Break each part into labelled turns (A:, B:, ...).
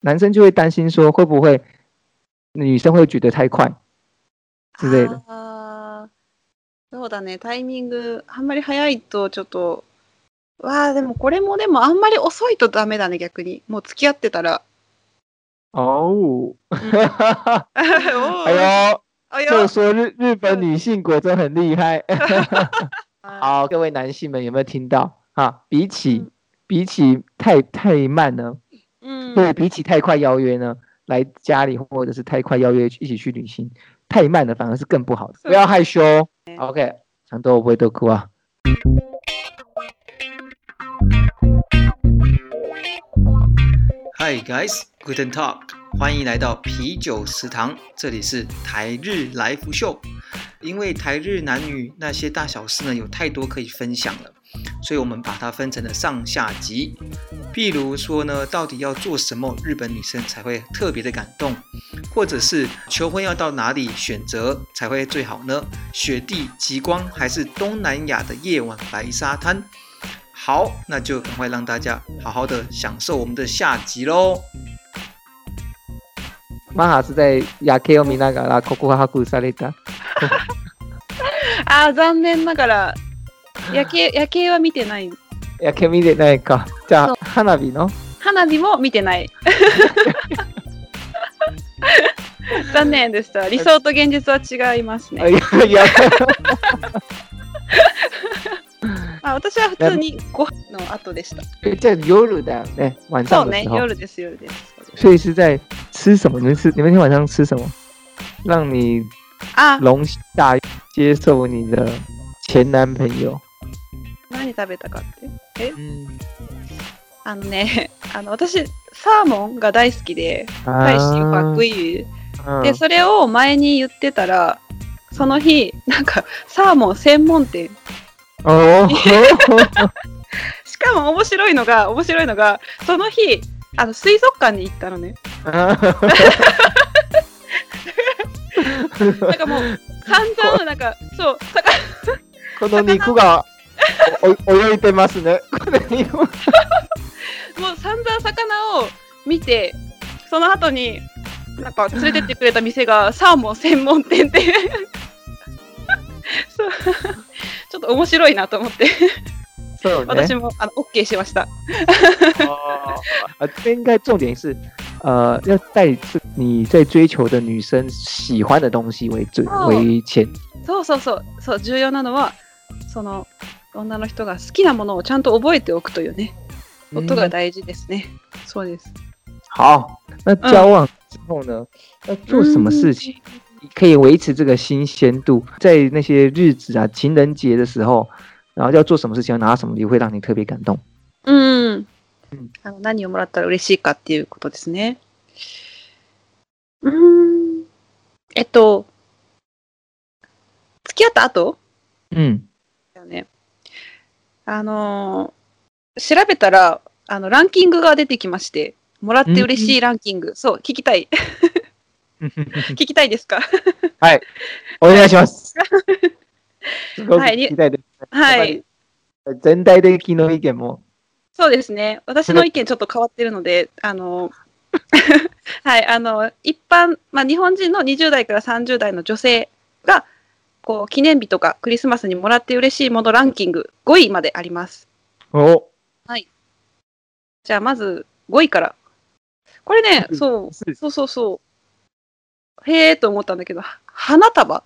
A: 男生就会担心说会不会女生会举得太快之类的。
B: あーそうだねタイミングあんまり早いとちょっとわあでもこれもでもあんまり遅いとダメだね逆にもう付き合ってたら
A: 哦，
B: おー
A: 哎呦，
B: あ
A: 就
B: や
A: 说日日本女性果真很厉 害。好，各位男性们有没有听到啊？比起、
B: 嗯
A: 比起太太慢呢，
B: うん
A: 对比起太快邀约呢，来家里或者是太快邀约一起去旅行，太慢的反而是更不好的。不要害羞哦。OK，长豆不会都哭啊。
C: Hi guys，Guten Talk，欢迎来到啤酒食堂，这里是台日来福秀。因为台日男女那些大小事呢，有太多可以分享了，所以我们把它分成了上下集。譬如说呢，到底要做什么日本女生才会特别的感动，或者是求婚要到哪里选择才会最好呢？雪地、极光还是东南亚的夜晚白沙滩？好，那就赶快让大家好好的享受我们的下集喽。
A: 玛哈是在亚克欧米那个拉库库哈库萨雷达。
B: あー残念ながら夜景夜景は見てない
A: 亚克米的那个叫哈娜比喏。
B: 花火も見てない 残念でした理想と現実は違いますね
A: 哎呀呀！
B: あ私は普通にご飯の後でした。
A: 叫夜的哎，晚
B: そう
A: 上的
B: ね
A: 时，候。
B: 夜です、夜です。
A: 所以是在吃什么？你们吃？你们今天晚上吃什么？让你
B: あ、
A: 容下接受你的前男朋友。
B: 何食べたかって。
A: 嗯，
B: あのね、 あの私、サーモンが大好きで、大好き、パックイ
A: 嗯
B: ユ。で、それを前に言ってたら、その日、なんか、サーモン専門店。
A: 哦，
B: しかも面白いのが、面白いのが、その日、あの水族館に行ったのね。なんかもう、散々、なんか、そう、魚
A: この肉がおお泳いでますね。この肉。
B: もう散々魚を見てその後になんか連れてってくれた店がサーモン専門店っていう そう ちょっと面白いなと思って
A: そうね
B: 私。もあの OK しました
A: 啊，这边应该重点是，呃，要带是你在追求的女生喜欢的东西为最
B: 哦
A: 为前
B: そうそうそうそう重要なのはその女の人が好きなものをちゃんと覚えておくというねことが大事ですね、そうです
A: 好，那交往之后呢，要做什么事情可以维持这个新鲜度？在那些日子啊，情人节的时候，然后要做什么事情，要拿什么礼物会让你特别感动？
B: うんあの何をもらったら嬉しいかっていうことですね。うーん。えっと、付き合った後
A: 嗯，
B: だよね。あのー調べたら、あの、ランキングが出てきまして、もらって嬉しいランキング。そう、聞きたい。聞きたいですか
A: お願いします。すごく
B: はい
A: 期待です。
B: は
A: はい
B: い。
A: 全体的な意見も。
B: そうですね。私の意見ちょっと変わってるので、あの、 はい、あの、一般、まあ、日本人の20代から30代の女性が、こう、記念日とかクリスマスにもらって嬉しいものランキング5位まであります。
A: 哦，
B: じゃあ、まず5位から。これね、
A: うん
B: そ
A: 是
B: う、そうそうそう。へえと思ったんだけど、は花束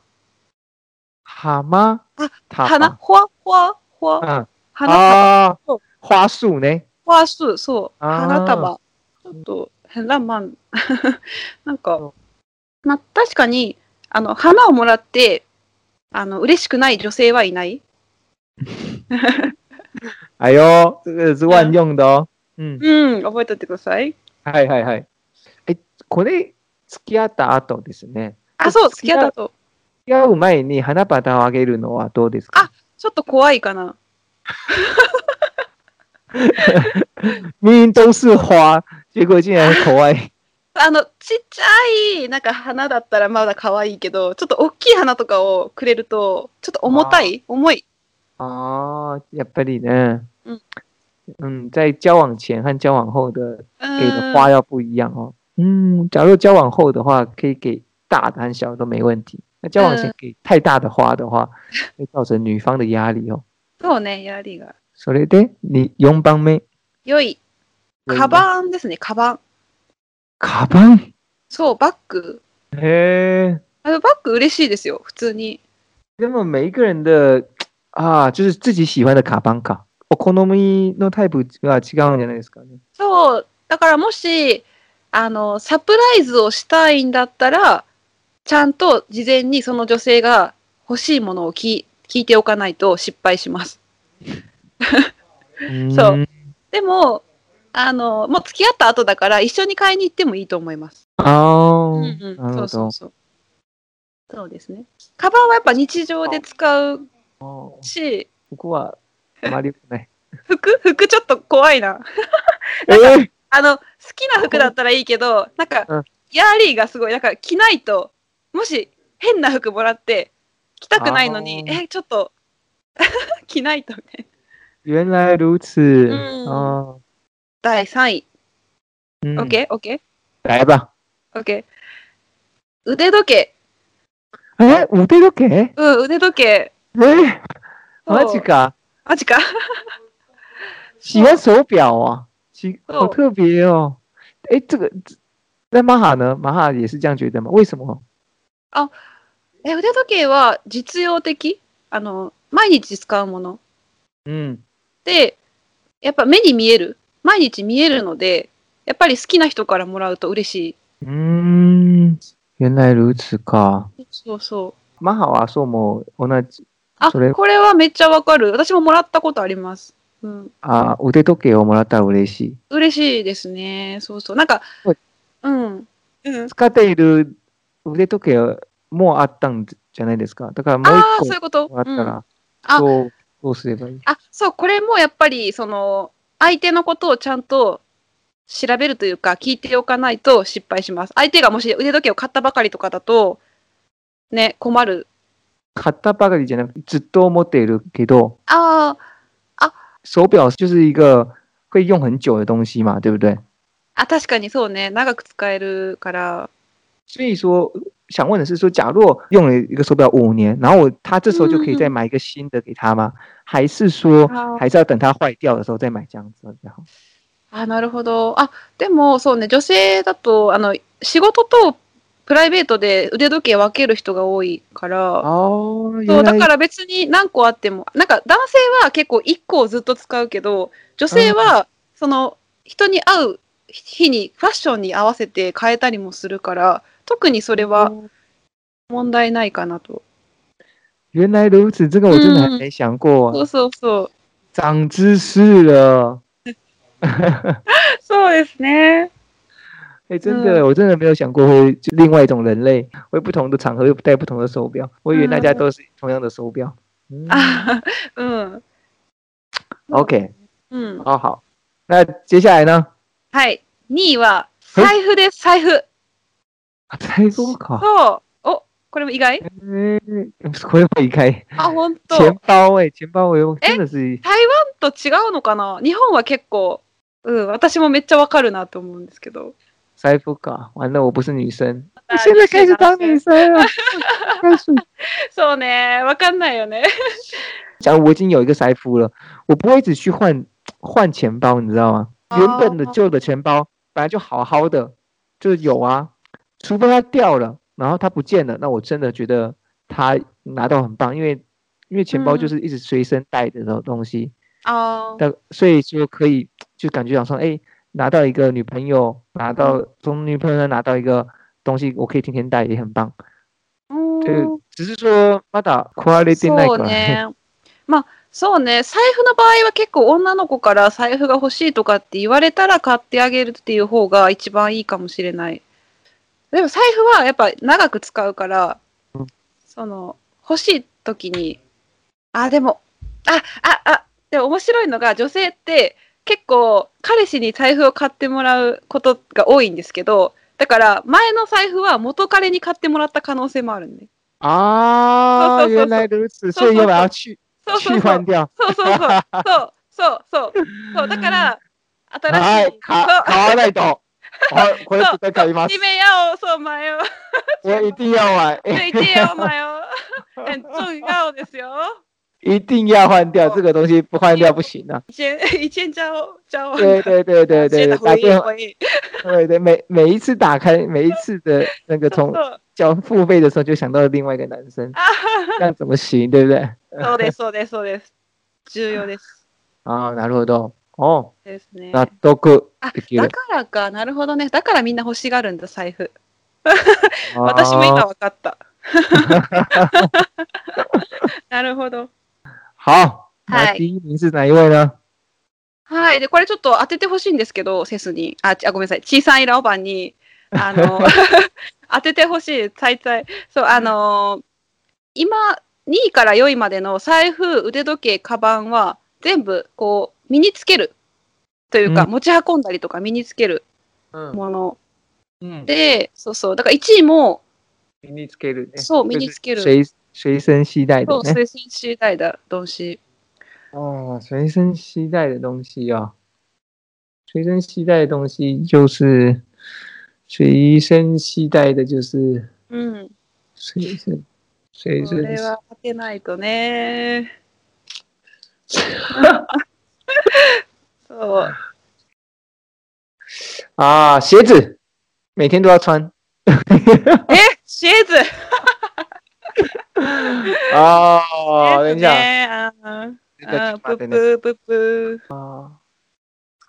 A: 蛤蟆
B: あ，
A: 蛤
B: 花
A: 蟆
B: ほわほわほわ
A: 嗯
B: 花束
A: 啊，花束呢？
B: ほわそう、そう、
A: あー
B: 花束。ちょっと、変なマン。 なんか、
A: そ
B: まあ、確かに、あの、花をもらって、あの、嬉しくない女性はいない。
A: 哎呦，这个是万用的哦。嗯，
B: うん、覚えておいてください。
A: はいはいはい。え、これ付き合った後ですね。
B: あ、そう、
A: 付
B: 付
A: き
B: き
A: 合
B: 合
A: う
B: ったと。
A: 付き合う前に花畑をあげるのはどうですか
B: ちょっと怖いかな。
A: 明明都是花，结果竟然口外。
B: あの、ちっちゃい、なんか花だったらまだ可愛いけど、ちょっと大きい花とかをくれると、ちょっと重たい重い。
A: 哦ああ、やっぱりね。
B: うん
A: 嗯，在交往前和交往后的给的
B: 嗯
A: 花要不一样哦。嗯，假如交往后的话，可以给大的和小的都没问题。那交往前
B: 嗯
A: 给太大的花的话，会造成女方的压力哦。
B: そうね、やりが。
A: それでに4番目、
B: 良い。カバンですね、カバン。
A: カバン。
B: そう、バッグ。
A: へえ。
B: あのバッグ嬉しいですよ、普通に。
A: でも每一个人的啊，就是自己喜欢的卡邦卡。お好みのタイプが違うんじゃないですかね。
B: そう、だからもし、あの、サプライズをしたいんだったら、ちゃんと事前にその女性が欲しいものを聞聞いておかないと失敗します。そう
A: うん。
B: でも、あの、もう付き合った後だから一緒に買いに行ってもいいと思います。
A: あー
B: うんうん、
A: なる
B: そ
A: ほ
B: う
A: ど。
B: そうそう。そうですね。カバンはやっぱ日常で使う
A: こ
B: し、
A: こはあまり良くない。
B: 服服ちょっと怖いな。
A: えー
B: あの、好きな服だったらいいけど、なんか、
A: うん
B: ヤーリーがすごい、なんか着ないと、もし変な服もらって、着たくないのに、
A: あー
B: え、ちょっと、 着ないとみたいな。
A: 原来如此。
B: 嗯
A: 哦，
B: 第3位。
A: 嗯
B: OK?OK?OK?、OK？
A: 来吧。
B: OK 腕時計。
A: 哎，五对都给。
B: うん、腕時計。
A: 哎，
B: そう
A: マジか。
B: マジか。
A: 喜欢手表啊，奇，
B: 哦
A: 好特别哦。哎，这个这那玛哈呢？玛哈也是这样觉得吗？为什么？
B: え、腕時計は実用的あの、毎日使うもの。
A: 嗯，
B: で、やっぱ目に見える。毎日見えるので、やっぱり好きな人からもらうと嬉しい。
A: 嗯，原来如此か。
B: そうそう。
A: 玛哈はそうも同じ
B: あ、
A: それ
B: これはめっちゃわかる。私ももらったことあります。うん。
A: あ腕時計をもらったら嬉しい。
B: 嬉しいですね。そうそう。なんか
A: はい、
B: うん。うん。
A: 使っている腕時計もあったんじゃないですか。だからもう
B: ああ、そうい
A: 一
B: うこと。
A: 個もらった
B: うん
A: ら、
B: あ
A: どうどうすればいい？
B: あ、そう、これもやっぱり、その、相手のことをちゃんと調べるというか、聞いておかないと失敗します。相手がもし腕時計を買ったばかりとかだと、ね、困る。
A: 買ったばかりじゃなくてずっと持っているけど，
B: ああ、
A: 手表就是一个会用很久的东西嘛，对不对？
B: あ、確かにそうね。長く使えるから。
A: 所以说，想问的是说，假若用了一个手表五年，然后我他这时候就可以再
B: 嗯
A: 买一个新的给他吗？还是说
B: 好
A: 还是要等它坏掉的时候再买这样子比较好？
B: あ、なるほど。あ、でもそうね、女性だと、あの、仕事とプライベートで腕時計分ける人が多いから、
A: 哦，
B: そう、
A: 原
B: だか
A: 来
B: ら別に何個あっても、なんか男性は結構1個をずっと使うけど、女性は、その、人に合う日に、ファッションに合わせて変えたりもするから、特にそれは問題ないかなと。
A: 原来如此，这个我真的还
B: 嗯
A: 没想过，
B: そうそうそう。
A: 长知识了。
B: そうですね。
A: 哎、真的，我真的没有想过会就另外一种人类，会不同的场合又戴不同的手表。我以为大家
B: 嗯
A: 都是同样的手表。嗯
B: あ、 うん。
A: OK，
B: うん。
A: 好好。那接下来呢？
B: はい。2位は、
A: え
B: 財布です、財布。
A: 最後か。
B: そう。お、これも意外
A: えー、これも一回。
B: あ、本当。
A: 钱包哎、钱包我又真的是
B: 台湾と違うのかな日本は結構、うん、私もめっちゃわかるなと思うんですけど。
A: 塞夫卡。完了，我不是女生，
B: 那
A: 我现在开始啊当
B: 你是男
A: 女生 了。开始
B: そうね、わかんないよね。
A: 假如我已经有一个塞夫了，我不会一直去换换钱包，你知道吗？
B: 哦
A: 原本的旧的钱包本来就好好的，就是有啊，除非它掉了，然后它不见了，那我真的觉得它拿到很棒，因为因为钱包就
B: 嗯
A: 是一直随身带着的东西，
B: あー
A: 但所以说可以就感觉想说，哎，拿到一个女朋友，拿
B: 嗯
A: 到从女朋友那拿到一个东西，我可以天天带，也很棒。
B: う
A: 对
B: ーん。
A: 只是说まだ壊れてない
B: そ
A: か
B: う
A: ら。
B: ね。まあ、そうね、財布の場合は結構女の子から財布が欲しいとかって言われたら買ってあげるっていう方が一番いいかもしれない。でも財布はやっぱ長く使うから
A: うん、
B: その、欲しい時に、あ、でも、あ、あ、あ、でも面白いのが女性って結構彼氏に財布を買ってもらうことが多いんですけど、だから前の財布は元彼に買ってもらった可能性もあるね。
A: 啊，
B: 搜搜搜
A: 原来如此，
B: 搜
A: 所以
B: 搜
A: 要把它
B: 搜
A: 去
B: そうそ
A: 去
B: うそう
A: 换。掉。
B: そうそうそう。そう。そうそうそうだから
A: はい、
B: 新しい
A: 買
B: そう
A: 買わないと。好，我也不再買い ます
B: 你。们要什么よ？
A: 我一定要买，
B: 对，一定要买哦，很重要ですよ。
A: 一定要换掉这个东西，不换掉不行 啊。
B: 以前以前教教我
A: 对对对对对，对
B: 的回
A: 打
B: 忆
A: 电话，
B: 回忆，
A: 对对，每每一次打开，每一次的那个 从
B: そう
A: 交付费的时候，就想到了另外一个男 生，这样怎么行，对不对？
B: そうですそうですそうです。重要です
A: 啊，なるほど。哦，
B: ですね。
A: 納得
B: あ
A: でき
B: だ
A: る。
B: からかなるほどね。だからみんな欲しがるんだ財布。私も今
A: 啊，
B: わかった。なるほど。
A: 好，那
B: 嗨
A: 第一名是哪一位呢？
B: はい。で、これちょっと当ててほしいんですけど、セスに。あ、ちあごめんなさい。小さいラオバンに、あ の、当ててほしい。最大。そう、あの今、2位から4位までの財布、腕時計、カバンは、全部、こう、身につける。というか、
A: う
B: 持ち運んだりとか身につける
A: 嗯
B: もの。
C: 嗯，
B: で、そうそう。だから1位も、
A: 身につけるね。
B: そう、身につける。
A: 随随身携带
B: そ
A: 的
B: う、
A: ね。
B: 随身携帯だ、東西。
A: 哦，随身携带的东西啊、随身携带的东西就是随身携带的，就是
B: うん。
A: 随身随
B: こ
A: 身
B: れは当てないとね。 そう。
A: 啊，鞋子每天都要穿
B: え、シェーズ。
A: 啊。
B: シェー
A: 等
B: ズ
A: 一下，
B: ね。あー
A: 这
B: あ
A: 个待っ
B: ー、プ
A: て
B: ッ
A: ね
B: ププップ。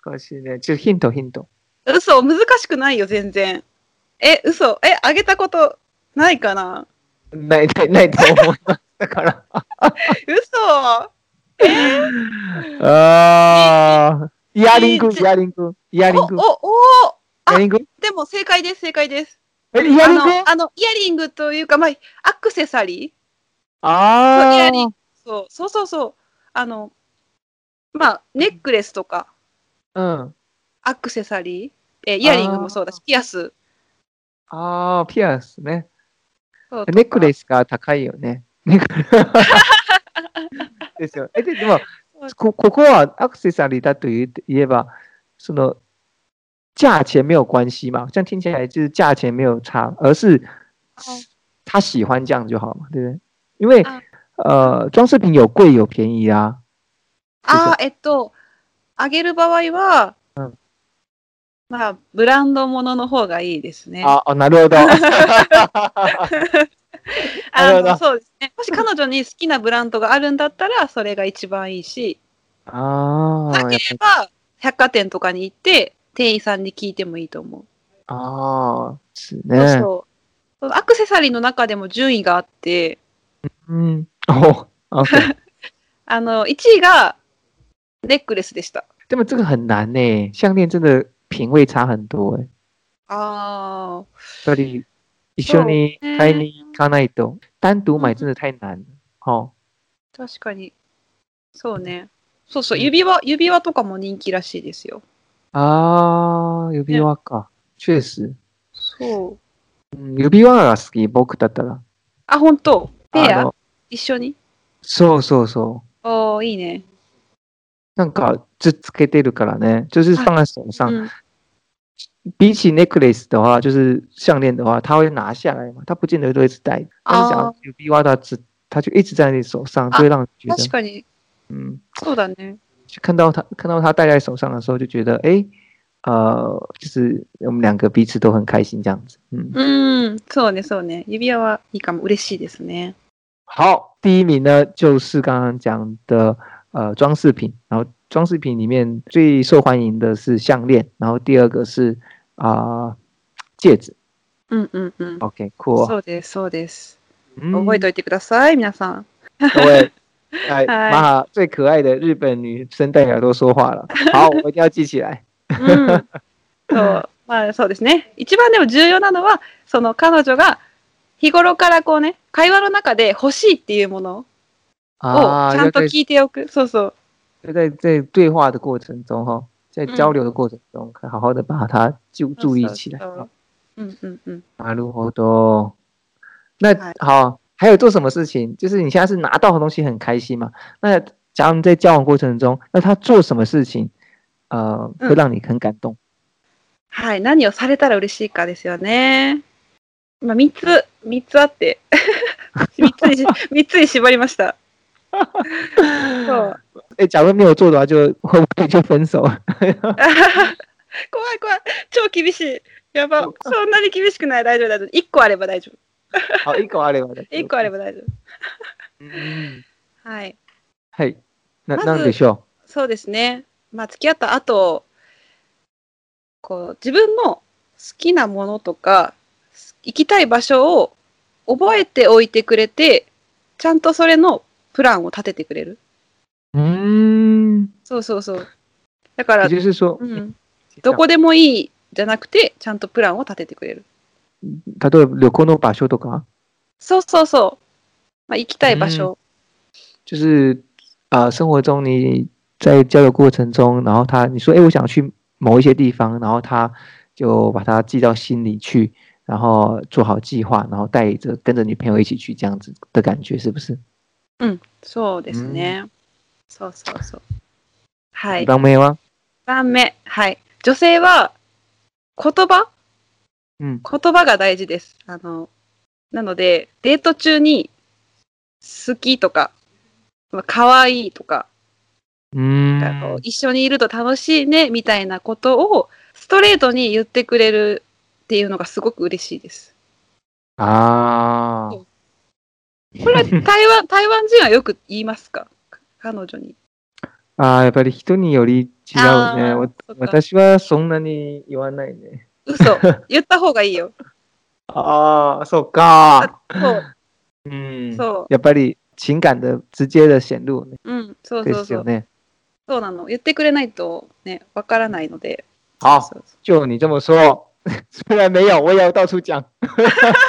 A: 少しねちょっとヒントヒント。
B: 嘘、難しくないよ、全然。え、嘘、え、あげたことないかな。
A: ないないないと思います。だから。
B: 嘘。
A: ああ。イヤリング、
B: い
A: イヤリング、イヤリ
B: お、
A: ング、イ
B: お、お。
A: ヤリング。
B: でも正解です、正解です。
A: え、イヤ
B: あ
A: リング
B: の、あのイヤリングというか、まあ、アクセサリー。
A: あ
B: そう
A: あ。
B: イヤリングそうそうそうそう。あの、まあ、ネックレスとか、
A: うん。
B: アクセサリー、えーイヤリングもそうだし、ピアス。
A: ああ、ピアスね。
B: そうとか
A: ネックレスが高いよ ね。ネックですよ。え、ででもこ、ここはアクセサリーだと言う言えば、その、价钱没有关系嘛？这样听起来就是价钱没有差，而是他喜欢这样就好嘛，对不对？因为、
B: 啊
A: 呃，装饰品有贵有便宜啊。
B: ああ、えっと、あげる場合は、
A: うん
B: まあ、ブランドものの方がいいですね。
A: あ、あなるほ ど。
B: あ
A: なるほ
B: の
A: ど
B: そうですね。もし彼女に好きなブランドがあるんだったら、それが一番いいし、
A: あ
B: な
A: あ、
B: け
A: やっ
B: れば、百貨店とかに行って、店員さんに聞いてもいいと思う。
A: ぱああ、是
B: そう
A: ね。
B: そう。そのアクセサリーの中でも順位があって、
A: うん。お、OK。
B: あの、1位がネックレスでした。
A: 对吧？这个很难呢、项链真的品味差很多哎、
B: ああ、
A: 到底一緒に
B: そうね
A: 買いに行かないと、单独买真的太难了。哦，
B: 確かに。そうね。そうそ
A: う
B: う、
A: ん
B: 指輪、指輪とかも人気らしいですよ。
A: 啊，指輪か。确实，
B: そう。
A: うん指輪が好き、僕だったら。
B: あ、本当ペ
A: あ
B: ア
A: の
B: 一緒に
A: そうそうそう。
B: おー、いいね。
A: なんか、つつけてるからね。就是放在手上。
B: うん。
A: 比起 necklace 的话，就是项链的话，他会拿下来嘛，他不见得都一直戴。但是
B: 哦
A: 讲有必要，他只他就一直在你手上，就会让你觉
B: 確
A: 得，
B: かに、
A: 嗯，
B: そうだね。
A: 就看到他看到他戴在手上的时候，就觉得哎，诶呃，就是我们两个彼此都很开心这样子。嗯，
B: うん、そうね、そうね。指輪はいいかも。嬉しいですね。
A: 好，第一名呢就是刚刚讲的呃装饰品，然后装饰品里面最受欢迎的是项链，然后第二个是啊、戒指。
B: うんうんうん。
A: OK，酷、
B: そ
A: 哦，
B: うです、そうです。
A: 嗯
B: 覚えておいてください、皆さん。
A: 各位。哎，
B: 嗨
A: 玛哈最可爱的日本女生代表都说话了。好，我一定要记起来。
B: うん、そうまあそうですね一番でも重要なのはその彼女が日頃からこうね会話の中で欲しいっていうものを
A: 啊，
B: ちゃ
A: 要
B: んと
A: 在
B: 聞いておく、そうそう
A: 就在在对话的过程中哈，在交流的过程中，可以好好的把它就注意起来
B: そう。そううんうんうん
A: 马路好多，那
B: 哎
A: 好，还有做什么事情？就是你现在是拿到的东西很开心嘛？那假如你在交往过程中，那他做什么事情，呃，会让你很感动？
B: はい、何をされたら嬉しいかですよね。まあ、3つ、三つあって、3つにし、三つに縛りました。そう。
A: 哎，假如没有做的话，就会不会就分手？
B: あはは怖い怖い。超厳しい。やば。そんなに厳しくない。大丈夫大丈夫。1個あれば大丈夫。
A: 好，一口阿里吧。
B: 1個あれば大丈
C: 嗯，
B: 夫。はい。
A: 嘿，那
B: まず
A: 那でしょ
B: そうですね。まあ、付き合った後、こう、自分の好きなものとか、行きたい場所を覚えておいてくれて、ちゃんとそれのプランを立ててくれる。
A: う。嗯，
B: そうそうそう。だから
A: 也、就是说
B: う，ん、どこでもいいじゃなくて、ちゃんとプランを立ててくれる。
A: 他都有空の場所とか，
B: そうそうそう。まあ、行きたい場所。
A: 就是啊、呃生活中你在交流过程中，然后他你说，哎，我想去某一些地方，然后他就把它记到心里去，然后做好计划，然后带着跟着女朋友一起去，这样子的感觉是不是？
B: そうですね。そうそうそう。はい。
A: 你帮妹吗？
B: 一番目。はい。女性は、言葉
A: 嗯
B: 言葉が大事です。あの、なので、デート中に、好きとか、まあ可愛いとか、
A: 嗯
B: なんかこう一緒にいると楽しいねみたいなことをストレートに言ってくれるっていうのがすごく嬉しいです。
A: 啊，
B: これは台湾台湾人はよく言いますか彼女に。
A: あーやっぱり啊人により違うね。
B: あー
A: わ
B: そっか
A: 私はそんなに言わないね。
B: 嘘。言った方がいいよ。
A: ああ、そっか。
B: そう。
A: うん。
B: そ
A: やっぱり情感的直接的显露ね
B: う。うん。そう
A: で
B: そう
A: す
B: そ
A: よ
B: う。
A: ね。
B: そうなの。言ってくれないとね、わからないので。
A: 好，
B: そうそ
A: 就
B: う
A: 你这么说， 虽然没有，我也要到处讲。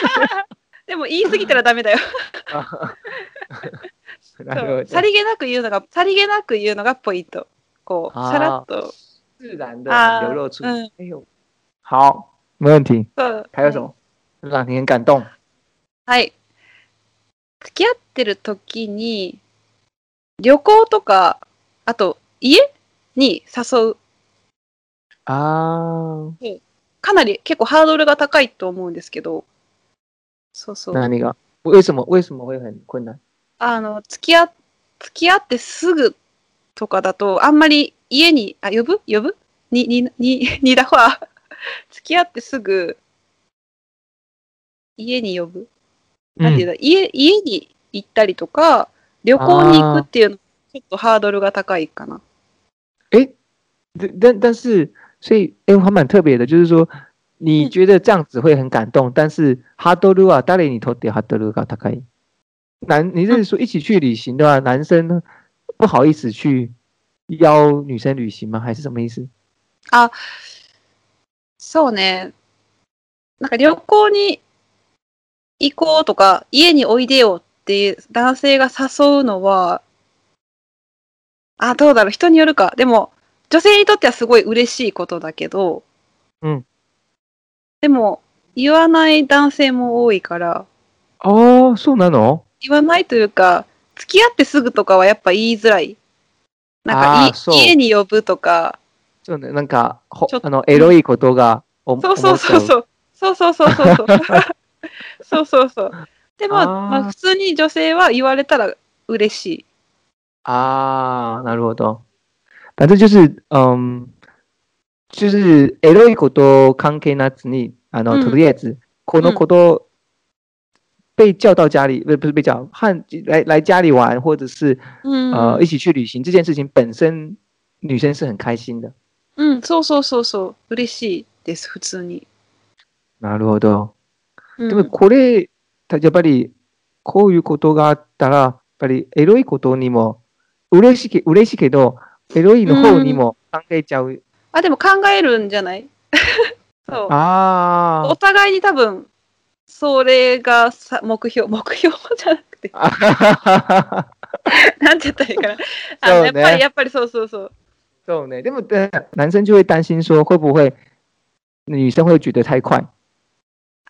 B: でも言い過ぎたらダメだよ。
A: なる
B: そう
A: ほど
B: さりげなく言うのが、さりげなく言うのがポイント。こう、
A: あー
B: さらっと。
A: 自然的
B: 啊
A: 流露出。
B: 嗯
A: 哎呦，好，没问题。
B: そう
A: 还有什么
B: 嗯
A: 让你很感动？
B: はい。付き合ってる時に、旅行とか、あと家に誘う。
A: 啊，
B: かなり結構ハードルが高いと思うんですけど、そうそ
A: 那
B: う。
A: 那个为什么为什么会很困难？
B: あの、付き合、付き合ってすぐとかだと、あんまり家に、あ、呼ぶ呼ぶに、に、に、 にだわ。付き合ってすぐ、家に呼ぶなんていうの、家家に行ったりとか旅行に行くっていうのちょっとハードルが高いかな。
A: 诶，但但但是，所以诶，还蛮特别的，就是说，你
B: 嗯
A: 觉得这样子会很感动，但是哈多鲁啊，大连你头点哈多鲁高大概，男，你
B: 嗯
A: 是说一起去旅行的话，男生呢不好意思去邀女生旅行吗？还是什么意思？
B: そうね。なんか旅行に行こうとか家においでよっていう男性が誘うのはあどうだろう人によるかでも女性にとってはすごい嬉しいことだけど、
A: うん、
B: でも言わない男性も多いから
A: 哦，そうなの？
B: 言わないというか、付き合ってすぐとかはやっぱ言いづらい。なん
A: あー
B: か
A: そう
B: い、家に呼ぶとか、
A: 就なんかほ
B: ちょっと
A: あのエロいことが思
B: そうそうそう
A: 思っちゃう。
B: そう。そうそうそうそう そう。そうそうそう。でも、
A: あー
B: まあ、普通に女性は言われたら嬉しい。
A: 啊，なるほど。反正就是嗯，就是エロいこと関係なしに、あの、
B: 嗯
A: とりあえずこの
B: 嗯
A: こと被叫到家里，不是不是被叫，和来来家里玩，或者是
B: うん。
A: 呃一起去旅行这件事情本身，女生是很开心的。
B: うん、そうそうそうそう。嬉しいです、普通に。
A: なるほど。
B: う
A: でも
B: ん、
A: これ、たやっぱりこういうことがあったら、やっぱりエロいことにも嬉しいけ嬉しいけど、エロいの方にも考えちゃう。
B: あ、でも考えるんじゃない
A: 哦
B: そう。
A: 啊あ
B: お互いに多分、それがさ目標、目標じゃなくて、
A: あ。
B: なんて言ったらいいかな。あの
A: そうね
B: やっぱり、やっぱりそうそうそう。
A: そうね。でも、で呃男生就会担心说会不会女生会觉得太快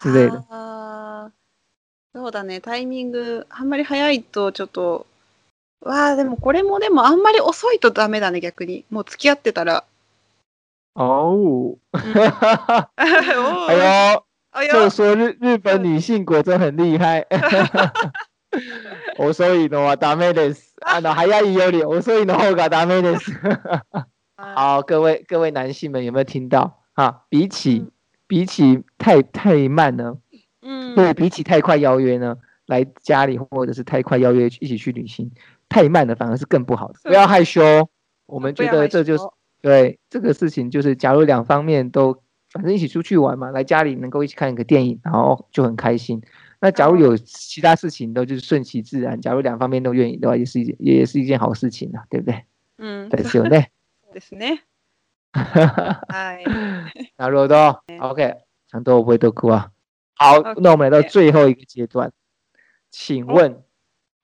A: 之类的。
B: あーそうだね、タイミング、あんまり早いとちょっとわあ、でもこれもでもあんまり遅いとダメだね、逆に。もう付き合ってたら。
A: 哦，
B: おー
A: 哎呦，
B: あい
A: 就
B: や
A: 说日日本女性果真很厉害。我哦所以呢，我ダメです。あの早いより、我所以の方がダメです。 好，各位各位男性们有没有听到啊？比起、
B: 嗯
A: 比起太太慢呢，
B: うん。
A: 对，比起太快邀约呢，来家里或者是太快邀约一起去旅行，太慢的反而是更不好的。
B: 是
A: 不要害羞，我们觉
B: 不要
A: 得
B: 害
A: 这就是
B: 羞
A: 对这个事情，就是假如两方面都反正一起出去玩嘛，来家里能够一起看个电影，然后就很开心。那假如
B: 嗯
A: 有其他事情都就是顺其自然，假如两方面都愿意的话，也是一件也是一件好事情啊，对 不对？
B: うん。
A: 对，是有内。
B: そうです ね。はい。
A: なるほど。OK，想多我不会多哭啊。好
B: 嗯 OK
A: 那我们来到最后一个阶段，请问、
B: 哦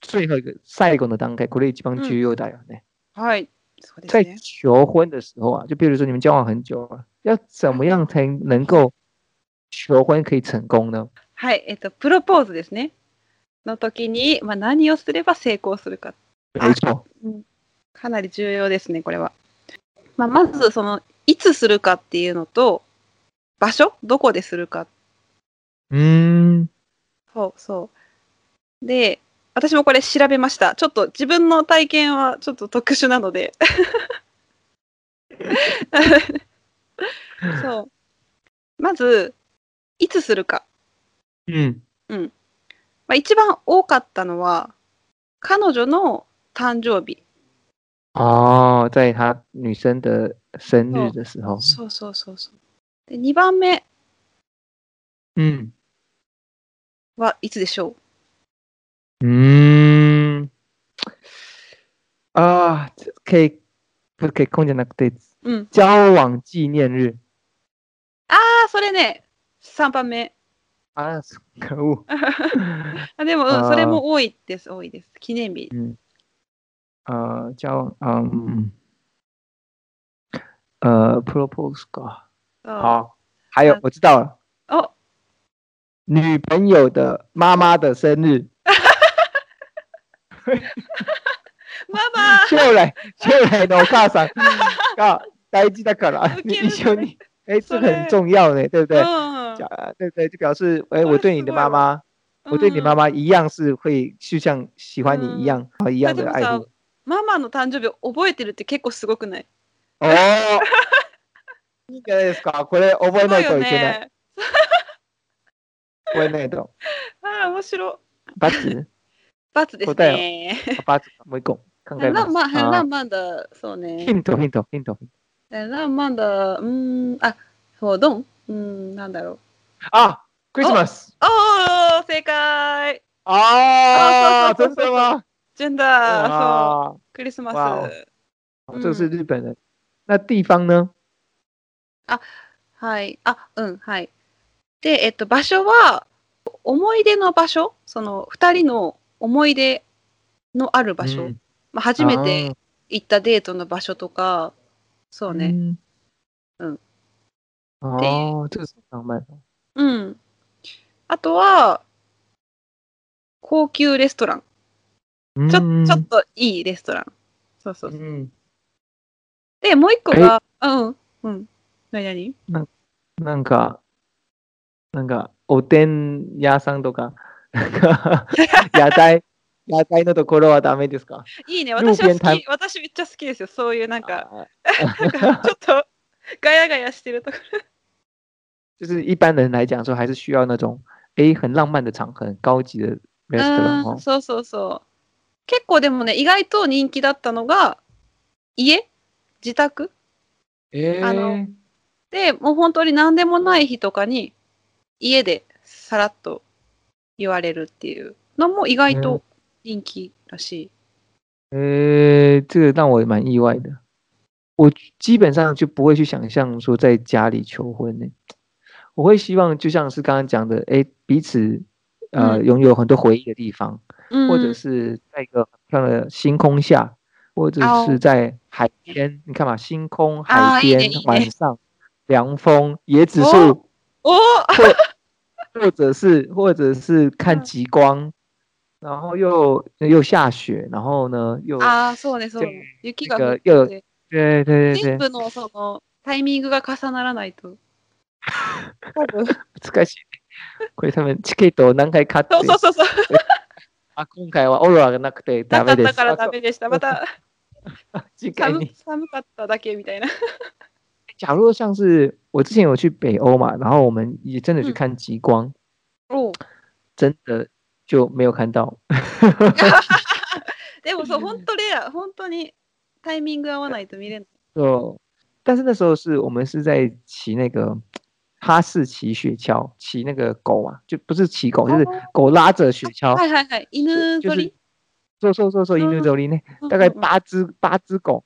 A: 最后一个赛后的当开，これ一番
B: 嗯
A: 重要だよね。
B: はい。そうです
A: 在
B: ね。
A: 求婚的时候啊，就比如说你们交往很久了，要怎么样才能够求婚可以成功呢？
B: はい、えっと、プロポーズですね。の時に、まあ、何をすれば成功するか、啊
A: 没错，
B: かなり重要ですね、これは。まあ、まず、その、いつするかっていうのと、場所どこでするか。
A: 嗯，
B: そうそう。で、私もこれ調べました。ちょっと自分の体験はちょっと特殊なので。そう。まず、いつするか。
A: 嗯，
B: まあ、一番多かったのは、彼女の誕生日。
A: 哦，在她女生的生日的时候，
B: そうそうそうそう。で、2番目
A: 嗯
B: はいつでしょ
A: 嗯，啊，这可以不可以空间那个对
B: ううん。
A: 交往纪念日
B: ああ、それね、3番目。
A: 啊，可恶，uh.
B: あでも、うん
A: あー
B: それも多いです、多いです。記念日。
A: 呃，交往，嗯，呃，propose 啊。
B: あ
A: 好，还有
B: 嗯
A: 我知道了，
B: ーお
A: 女朋友的妈妈的生日，
B: マ マ
A: 将来将来的我告诉你，啊，大事だから，
B: ウ
A: 你
B: ケる
A: 一緒に，哎，这个很
B: 对哦
A: 重要呢，对不对？
B: うん
A: 假对不对？就表示，哎，
B: 哇
A: 我对你的
B: すごい
A: 妈妈，我对你
B: うん
A: 妈妈一样是会，就像喜欢
B: 嗯
A: 你一样，啊，一样
B: で
A: 的
B: も
A: 爱
B: さ
A: 护。
B: ママの誕生日を覚えてるって結構すごくない
A: 哦，いいんじゃないですか？こ れ覚え
B: すご
A: ない
B: い
A: と
B: よ
A: いけない。
B: ね。
A: 覚えないと。
B: ああ、面白
A: バツ、
B: バツです
A: 答
B: ね。
A: バツ、もう一個考え
B: 很
A: ま
B: 浪
A: す。
B: 漫、很
A: あ
B: 浪漫的、そう
A: ー
B: ね
A: ヒ。ント、ヒント、ヒント。
B: 很浪漫的、うーん、あ、そう、どんうん、なんだろう。
A: あ、クリスマス。
B: おー、正解
A: 啊，
B: 啊そうそ
A: 真
B: うそう
A: 的
B: そう
A: 吗？
B: ジェンダー、そう、
A: 哇，
B: クリス
A: わ
B: マ
A: お
B: ス。
A: 好这是日本人。那地方呢？
B: はい。あ、うん、はい。で、えっと、場所は、思い出の場所、その、二人の思い出のある場所。
A: 嗯啊
B: まあ、初めて行ったデートの場所とか、そうね。
A: 嗯
B: 嗯
A: 哦，这个是浪漫的。
B: うん。あとは、高級レストラン。
A: 嗯
B: ちょ,、ちょっといいレストラン。そうそうそう。
A: 嗯，
B: で、もう一個が、うん、うん。何何
A: なんかなんかおでん屋さんとかなんか屋台屋台のところはダメですか？
B: いいね、
A: 路
B: 私は
A: 边
B: 好
A: 摊
B: き。私めっちゃ好きですよ。そういうなんか、
A: 啊
B: なんかちょっと、ガヤガヤしてるところ。
A: 就是一般人来讲说，还是需要那种诶很浪漫的场合，很高级的 restaurant
B: う
A: 哦
B: ん、。そうそうそう。結構でもね、意外と人気だったのが、家自宅
A: 诶
B: あので、もう本当に何でもない日とかに、家でさらっと言われるっていうのも意外と人気らしい。
A: 呃，这个让我也蛮意外的。我基本上就不会去想象说在家里求婚呢、我会希望就像是刚刚讲的，哎，彼此呃
B: 嗯
A: 拥有很多回忆的地方，
B: うん
A: 或者是在一个很漂亮的星空下，或者
B: 哦
A: 是在海边，你看嘛，星空、
B: 啊
A: 海
B: 一
A: 边、
B: 点一点
A: 晚上、凉风、椰子树，
B: 哦おー
A: 或者是或者是看
B: 嗯
A: 极光，然后又又下雪，然后呢又
B: ああ、そうね、そうね。雪が降
A: なんか
B: って
A: 对对对
B: 全
A: 对，
B: 部のそのタイミングが重ならない と。多分
A: 難しい。これ多分チケットを何回買って
B: そう、そうそうそう。
A: あ今回はオーロラがなくてダ
B: なか
A: メ
B: っ
A: で
B: た
A: す。
B: からダメでした。ま た
A: あ次回
B: 寒
A: に。
B: 寒かっただけみたいな。
A: 哎假如像是我之前有去北欧嘛，然后我们也真的去
B: 嗯
A: 看极光，
B: おう
A: 真的就没有看到。
B: でもそう、本当レア、本当にタイミング合わないと見れない。
A: 就，但是那时候是我们是在骑那个哈士奇雪橇，骑那个狗嘛，就不是骑狗，就是
B: 哦
A: 狗拉着雪橇
B: は，いはいはい。犬
A: 就
B: ぞ
A: 是
B: り。
A: 说说说说一路
B: 嗯
A: 走里呢，
B: 嗯
A: 大概
B: 嗯嗯
A: 八只八只狗，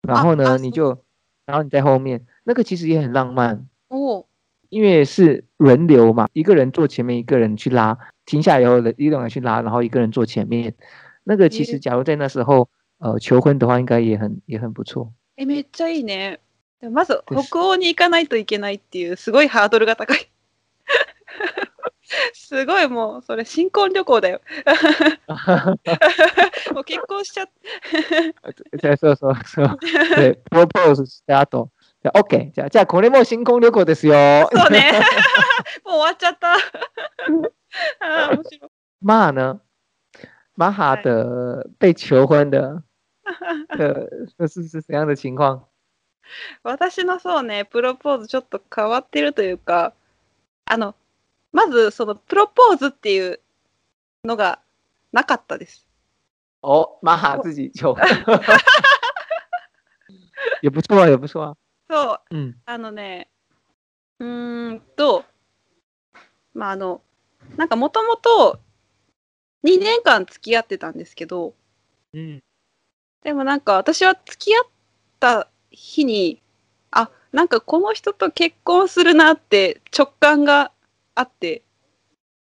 A: 然
B: 啊
A: 后呢
B: 哦八
A: 你
B: 只
A: 就，然后你在后面，那个其实也很浪漫，
B: おう
A: 因为是轮流嘛，一个人坐前面，一个人去拉，停下来以后一个人去拉，然后一个人坐前面，那个其实
B: 嗯
A: 假如在那时候呃求婚的话，应该也很也很不 错。
B: え、めっちゃいいね。でもまず北欧に行かないといけないっていう、すごいハードルが高い。 すごいもう、それ新婚旅行だよ。もう結婚しちゃっ
A: そうそうそうそう。で、propose した後。じゃあ、OK。じゃあ、じゃあこれも新婚旅行ですよ。
B: そうね。もう終わっちゃった。ああ、面白い。
A: まあ呢、马哈的被求婚的，呃，这是是怎样的情况？
B: 私のそうね、プロポーズちょっと変わってるというか、あの、まずそのプロポーズっていうのがなかったです。
A: 哦，马哈自己求， 也不错啊，也不错啊。
B: そう、
A: 嗯，
B: あのね、うーんと、まああの、なんかもともと2年間付き合ってたんですけど、
A: 嗯，
B: でもなんか私は付き合った日にあなんかこの人と結婚するなって直感があって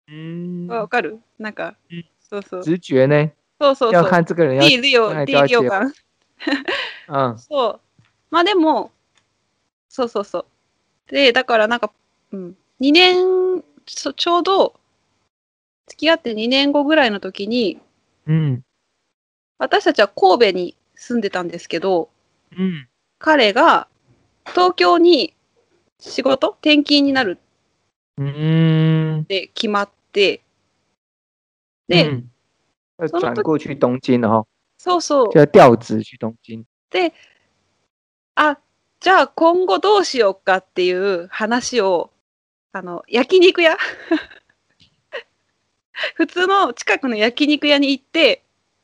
A: 嗯
B: わかるなんか
A: うん
B: そうそう
A: 直觉呢
B: そうそう
A: 要
B: そう
A: 看这个人要
B: D リオ
A: はい
B: D
A: 了
B: リオ
A: 解
B: 感
A: 嗯
B: そうまあでもそうそうそうでだからなんか、うん、2年そちょうど付き合って2年後ぐらいの時に
A: 嗯
B: 私たちは神戸に住んでたんですけど、
A: 嗯
B: 彼が東京に仕事転勤になるっ
A: 嗯，
B: て決まってで、
A: 嗯要
B: その
A: 转
B: 時
A: 过去东京了哈，
B: そうそう
A: 就要调职去东京。
B: であじゃあ今後どうしようかっていう話をあの焼肉屋 普通の近くの焼肉屋に行って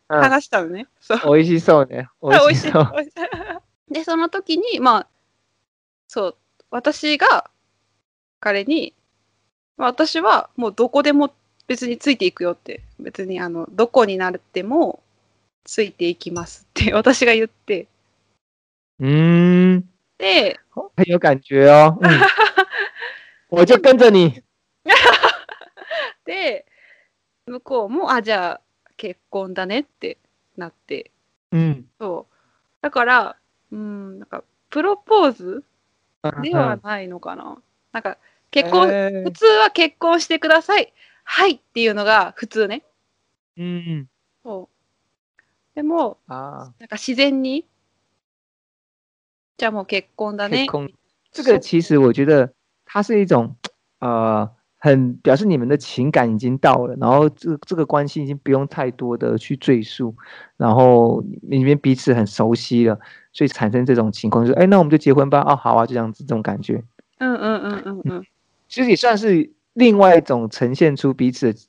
A: 嗯。
B: 話したのね、そう
A: 美味しそうね。美
B: 美
A: 味
B: 味
A: し
B: しい
A: そう。
B: 美味しい でその時にまあそう私が彼に、まあ、私はもうどこでも別についていくよって別にあのどこになってもついていきますって私が言って
A: 嗯，
B: で
A: 很有感觉哦。嗯、我就跟着你。
B: で向こうもあじゃあ結婚だねってなって
A: 嗯，
B: そうだからうんなんかプロポーズではないのかな、なんか結婚、
A: えー
B: 普通は結婚してくださいはいっていうのが普通ね
A: 嗯
B: そうでも
A: 啊，
B: なんか自然にじゃあもう結婚だね
A: 太空。啊这个其实我觉得它是一种呃，很表示你们的情感已经到了，然后这这个关系已经不用太多的去赘述，然后你们彼此很熟悉了，所以产生这种情况，就是哎，那我们就结婚吧。哦，好啊，就这样子，这种感觉。
B: うんうんうんうんうん
A: 其实也算是另外一种呈现出彼此的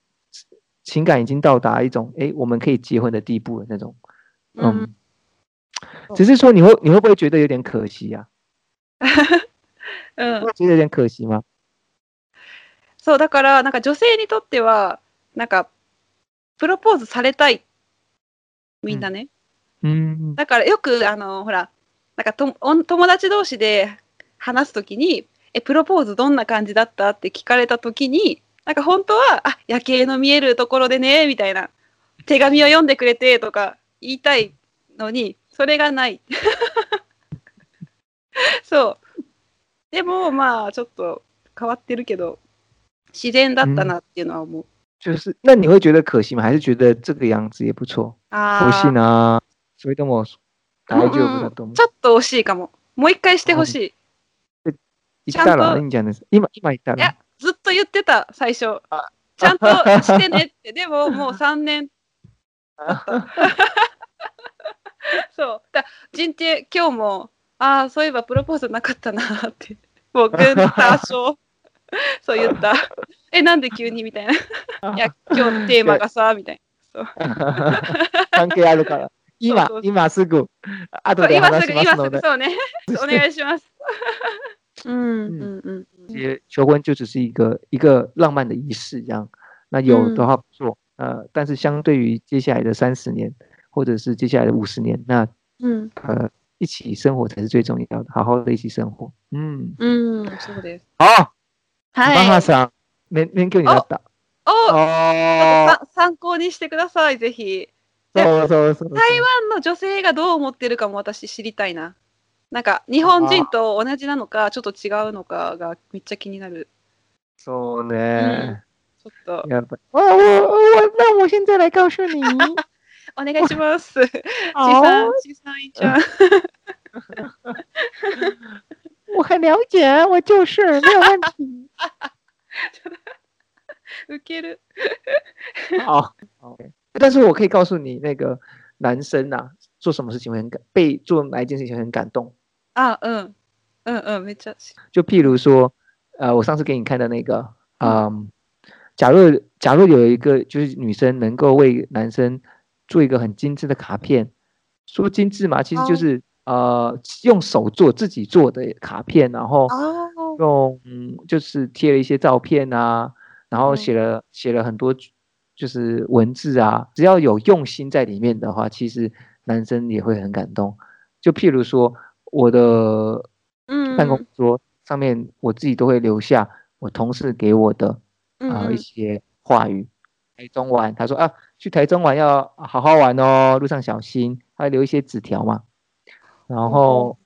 A: 情感已经到达一种哎，诶我们可以结婚的地步的那种。嗯，
B: うん
A: 只是说你会你会不会觉得有点可惜啊？
B: うん
A: 会觉得有点可惜吗？
B: そうだからなんか女性にとってはなんかプロポーズされたいみんなね、
A: 嗯
B: だからよくあのほらなんかとおん友達同士で話すときにえプロポーズどんな感じだったって聞かれたときになんか本当はあ夜景の見えるところでねみたいな手紙を読んでくれてとか言いたいのにそれがない そうでもまあちょっと変わってるけど自然だったなっていうのは思う、
A: 就是那你会觉得可惜吗？还是觉得这个样子也不错？
B: あ
A: 可
B: ー
A: 惜呢，所以とも大丈夫だと思う
B: ち。ょっと惜しいかも。もう一回してほしい。
A: 言った
B: ちゃん
A: ら
B: と
A: いいんじゃないですか。今今言った
B: いや
A: ら。
B: ずっと言ってた、最初。ちゃんとして ねって。でも、もう3年。そう。だ人生、今日も、ああ、そういえばプロポーズなかったなーって。もう、ぐん多少。そう言 った。え、なんで急にみたいな。いや、今日テーマがさ、みたいな。そう
A: 関係あるから。今
B: そうそう
A: 今すぐ後
B: そう
A: で
B: 今す
A: 話
B: ぐ、
A: しま
B: 今
A: す
B: す
A: の
B: ぐ、
A: で。
B: そ うね。お願いします。うんうん嗯
A: 其实求婚就只是一个一个浪漫的仪式，这样。那有的话不错，呃，但是相对于接下来的三十年，或者是接下来的五十年，那
B: うん
A: 呃，一起生活才是最重要的，好好的一起生活。嗯，
B: うん、そうです。
A: 好，啊
B: は
A: マハ
B: い。
A: さん、勉勉強になった。
B: お
A: 哦，
B: さ参考にしてください、ぜひ。
A: そうそうそうそう。
B: 台湾の女性がどう思ってるかも私知りたいな。なんか日本人と同じなのかちょっと違うのかがめっちゃ気になる。
A: そうね。
B: ちょっと
A: やっぱり。我哦我我，那我现在来告诉你。
B: お願いし ます。ち
A: 好，
B: さん、ちさんいちゃん。
A: 我很了解，我就是没有问题。
B: ウケる。
A: 好，OK。但是我可以告诉你，那个男生啊，做什么事情会很感，被做哪一件事情很感动。
B: あ、うん。うんうん、めっちゃ。
A: 就譬如说，呃，我上次给你看的那个，嗯、假若假若有一个就是女生能够为男生做一个很精致的卡片，说精致嘛，其实
B: 哦
A: 就是、呃用手做自己做的卡片，然后
B: あー
A: 用嗯就是贴了一些照片啊，然后
B: 嗯
A: 写了、写了很多就是文字啊，只要有用心在里面的话，其实男生也会很感动。就譬如说我的
B: うん。
A: 办公桌上面，我自己都会留下我同事给我的
B: うん
A: 啊、
B: う
A: 一
B: ん
A: 些话语。台中玩，他说啊，去台中玩要好好玩哦，路上小心。他会留一些纸条嘛，然
B: 哦
A: 后，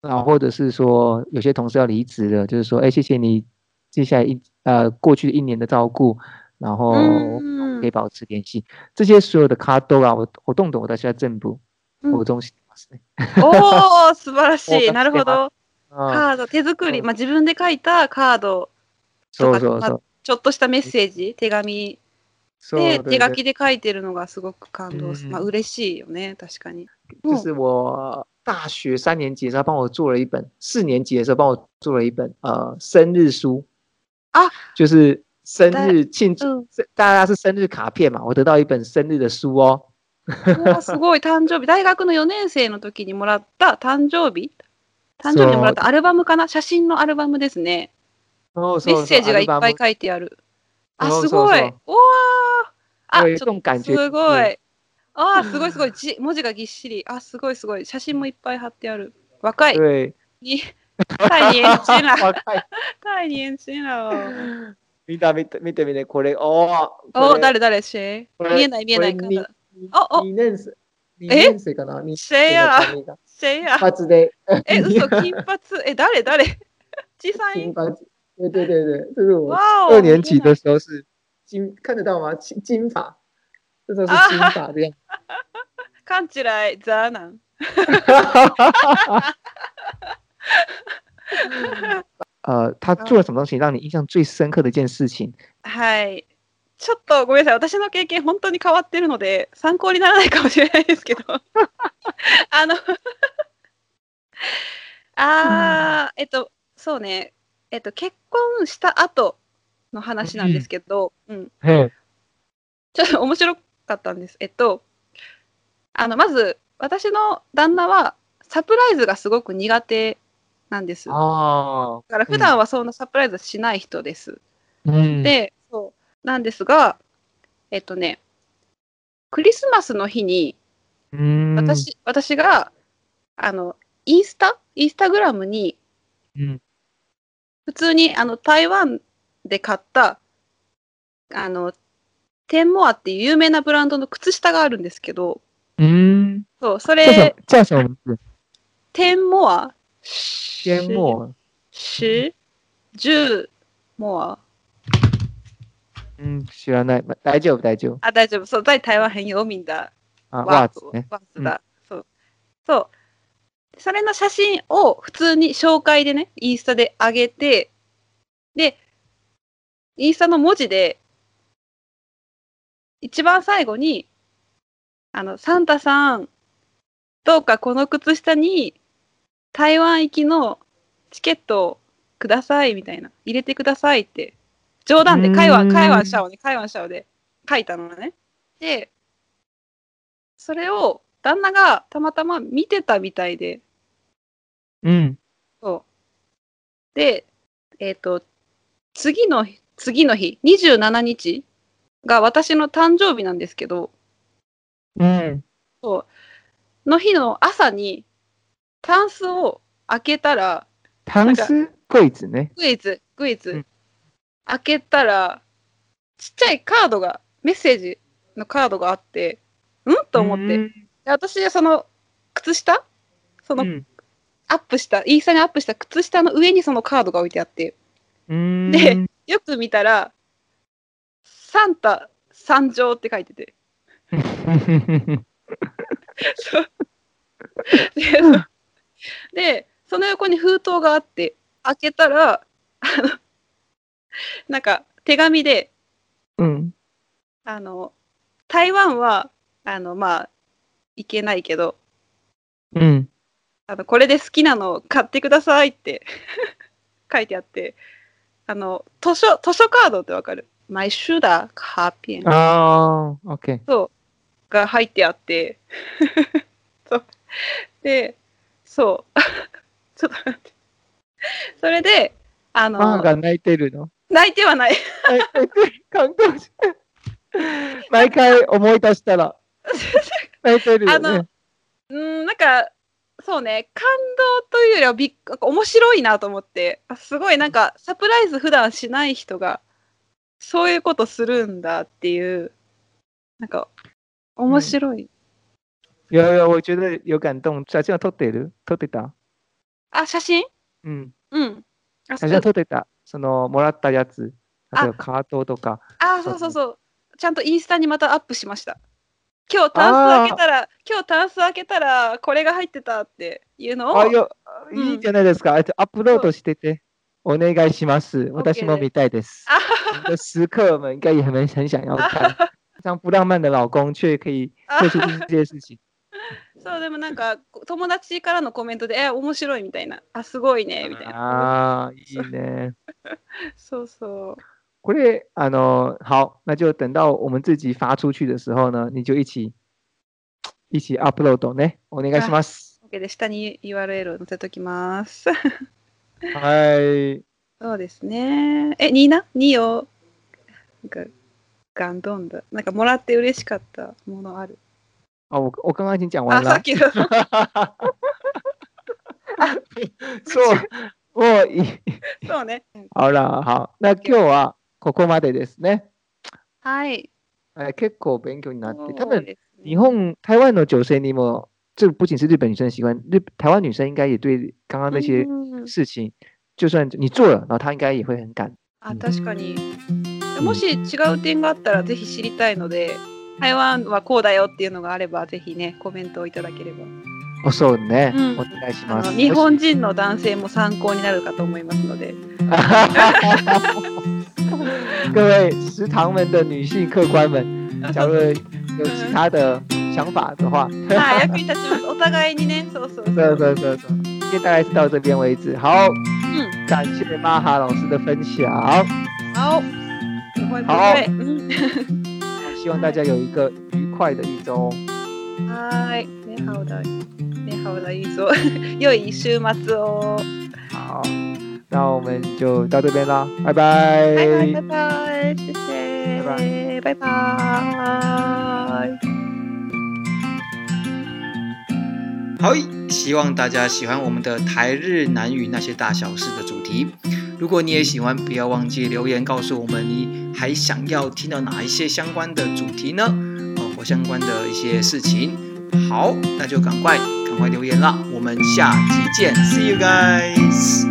A: 然后或者是说有些同事要离职了，就是说，哎，谢谢你接下来一呃过去一年的照顾，然后
B: 嗯
A: 可以保持联系。这些所有的卡都啊，我活动的我都需要政府，
B: 嗯
A: 我中心。
B: おー、素晴らしい。
A: お
B: なるほど。
A: 啊，
B: カード、手作り。
A: うん
B: まあ自分で書いたカード、
A: そう
B: と
A: そ
B: か
A: う
B: まあ
A: そう。
B: ちょっとしたメッセージ、手紙
A: そう
B: で
A: 对对
B: 手書きで書いてるのがすごく感動す、
A: うん
B: まあ嬉しいよね確かに。
A: 就
B: うん
A: 是我大学三年级的时候，他帮我做了一本；四年级的时候，帮我做了一本呃生日书
B: 啊，
A: 就是生日庆祝，
B: うん
A: 是大家是生日卡片嘛，我得到一本生日的书哦。
B: うわすごい誕生日大学の4年生の時にもらった誕生日誕生日にもらったアルバムかな写真のアルバムですね
A: 然后
B: メッセージがいっぱい書いてあるあすごい
A: そう
B: わ
A: そう
B: ーあ
A: 有一
B: ちょ
A: 种感觉，
B: すごいあーすごいすごいじ文字がぎっしりあすごいすごい写真もいっぱい貼ってある若い
A: 对，
B: に太年轻 了
A: 哇看
B: 太年轻了
A: 見た見た見て見てこれ哦
B: お
A: これ
B: 誰誰誰
A: これ
B: 見えない見えない
A: これ
B: か
A: に
B: らおお
A: 你认识你
B: え
A: 认识かな你
B: 谁呀
A: 那个
B: 谁呀、
A: 髪型で
B: え、嘘、金髪。え、誰誰ちさん
A: 金发对对对对，这是我
B: わお
A: 二年级的时候是金，看得到吗？金金发，那时候是金发这样。
B: 勘違い、ザーなん。
A: 呃，他做了什么东西让你印象最深刻的一件事情？
B: はい。ちょっとごめんなさい。私の経験、本当に変わってるので、参考にならないかもしれないですけど。あの、 あー、えっと、そうね。えっと、結婚した後の話なんですけど、うん。
A: 嘿，
B: ちょっと面白かったんです。えっと、あの、まず、私の旦那は、サプライズがすごく苦手なんです。だ
A: 哦，
B: から、普段はそんなサプライズしない人です。
A: 嗯，
B: で、そう、なんですが、えっとね、クリスマスの日に、
A: 嗯，
B: 私、私が、あの、インスタインスタグラムに、
A: 嗯，
B: 普通に、あの、台湾で買った、あの、テンモアっていう有名なブランドの靴下があるんですけど、
A: 嗯，
B: そう、そ
A: 叫什么
B: れ、
A: 叫什么名字？
B: 天モア。
A: 缄
B: 天
A: 默，
B: 十十モア。
A: 嗯，知らない。ま大丈夫、大丈夫。
B: あ、大丈夫。そう、在台湾很有名だ。
A: あ、
B: ワ
A: ワー
B: ーツ
A: ツ
B: ね
A: ね。。
B: ワーツだ。そう。そう。それの写真を普通に紹介でね、インスタで上げて、で、インスタの文字で、一番最後に、あの、サンタさん、どうかこの靴下に台湾行きのチケットをくださいみたいな、入れてくださいって、冗談で、
A: うーん
B: 会話、会話しちゃおうね、会話しちゃおうで書いたのね。で、それを旦那がたまたま見てたみたいで、
A: うん。
B: そう。で、えっ、と、次の日、次の日、27日が私の誕生日なんですけど、
A: うん。
B: の日の朝に、タンスを開けたら、
A: タンスクイズね。
B: クイズ、クイズ、
A: うん
B: 開けたら、ちっちゃいカードが、メッセージのカードがあって、んと思って。で
A: うん。
B: 私、その、靴下その
A: うん
B: アップした、インスタにアップした靴下の上にそのカードが置いてあって、
A: うん。
B: でよく見たら、サンタ参上って書いてて。
A: 嗯
B: そうでそので、その横に封筒があって、開けたら、あの、なんか手紙で、
A: うん。
B: あの、台湾は、あの、まあ、行けないけど、
A: うん。
B: あの、これで好きなのを買ってくださいって 書いてあって、あの、図書、図書カードってわかる毎週だ、カーピン
A: ああ、OK。哦
B: が入ってあって、 そう。で、そう。 ちょっと待って。それで、あ
A: マ
B: の
A: ー、が泣いてるの。
B: 泣いてはない。
A: 泣いてる。感動し毎回思い出した ら。泣いてるよ
B: あ
A: ね
B: の。うん、なんか、そうね、感動というよりはびっ、なんか面白いなと思って、あすごいなんか、サプライズ普段しない人が、そういうことするんだっていう、なんか、面白い。
A: 有有，我觉得有感动。写真は撮ってる撮ってた
B: あ、写真
A: うん。
B: うん。あ、
A: 写
B: そう
A: 真は撮ってた。その、もらったやつ。例えばカートとか。
B: あ、そうそうそう。ちゃんとインスタにまたアップしました。今日タンス開けたら、今日タンス開けたら、これが入ってたっていうのを、
A: あ、よ、
B: うん
A: いいじゃないですか。あとアップロードしてて、お願いします。私も見たいです。
B: あ
A: 我们的食客们应该也很很想要看， 非常不浪漫的老公却可以
B: あ
A: 做出这些事 情。
B: そう、でもなんか、こ友達からのコメントで、え、面白いみたいな、あ、すごいね、みたいな。
A: 啊， いいね。
B: そうそう。
A: これあの好，那就等到我们自己发出去的时候呢，你就一起一起 upload 呢。お願いします。
B: OK で、下に URL を載せときます。
A: はい。
B: そうですね。え、ニーナニーを、なんか、ガンドンだ。なんか、もらって嬉しかったものある。
A: 哦，我我刚刚已经讲完
B: あ、
A: 了
B: さっ。きの。
A: そう、もういい。
B: そ うね。
A: 好了，好，那今日はここまでですね。
B: はい。
A: 哎，結構勉強になって、多
B: そう
A: 分
B: ですね
A: 日本、台湾的九 C 你们，这不仅是日本女生的习惯，日台湾女生应该也对刚刚那些
B: うん
A: 事情，就算你做了，然后她应该也会很感。
B: あ確かにもし違う点があったらぜひ知りたいので台湾はこうだよっていうのがあればぜひねコメントをいただければ
A: 哦，そうね
B: うん。
A: お願いしま
B: あの
A: す。
B: 日本人の男性も参考になるかと思いますので
A: 各位食堂们的女性客官 们，假如有其他的想法的话，
B: はい役に立ちますお互いにねそうそう そう
A: 对对对对，今天大概是到这边为止。好，
B: うん
A: 感谢玛哈老师的分享，
B: 青すごい
A: 青
B: すごいうん
A: 希望大家有一个愉快的一周。
B: はーいねハオダイねハオダイいいぞ 良い週末を
A: 好，那我们就到这边啦，拜拜，
B: バイバイバイバイ谢谢
A: バ
B: バイバイ
C: 好，希望大家喜欢我们的台日南语那些大小事的主题。如果你也喜欢，不要忘记留言告诉我们你还想要听到哪一些相关的主题呢？哦，或相关的一些事情。好，那就赶快赶快留言啦，我们下集见，See you guys。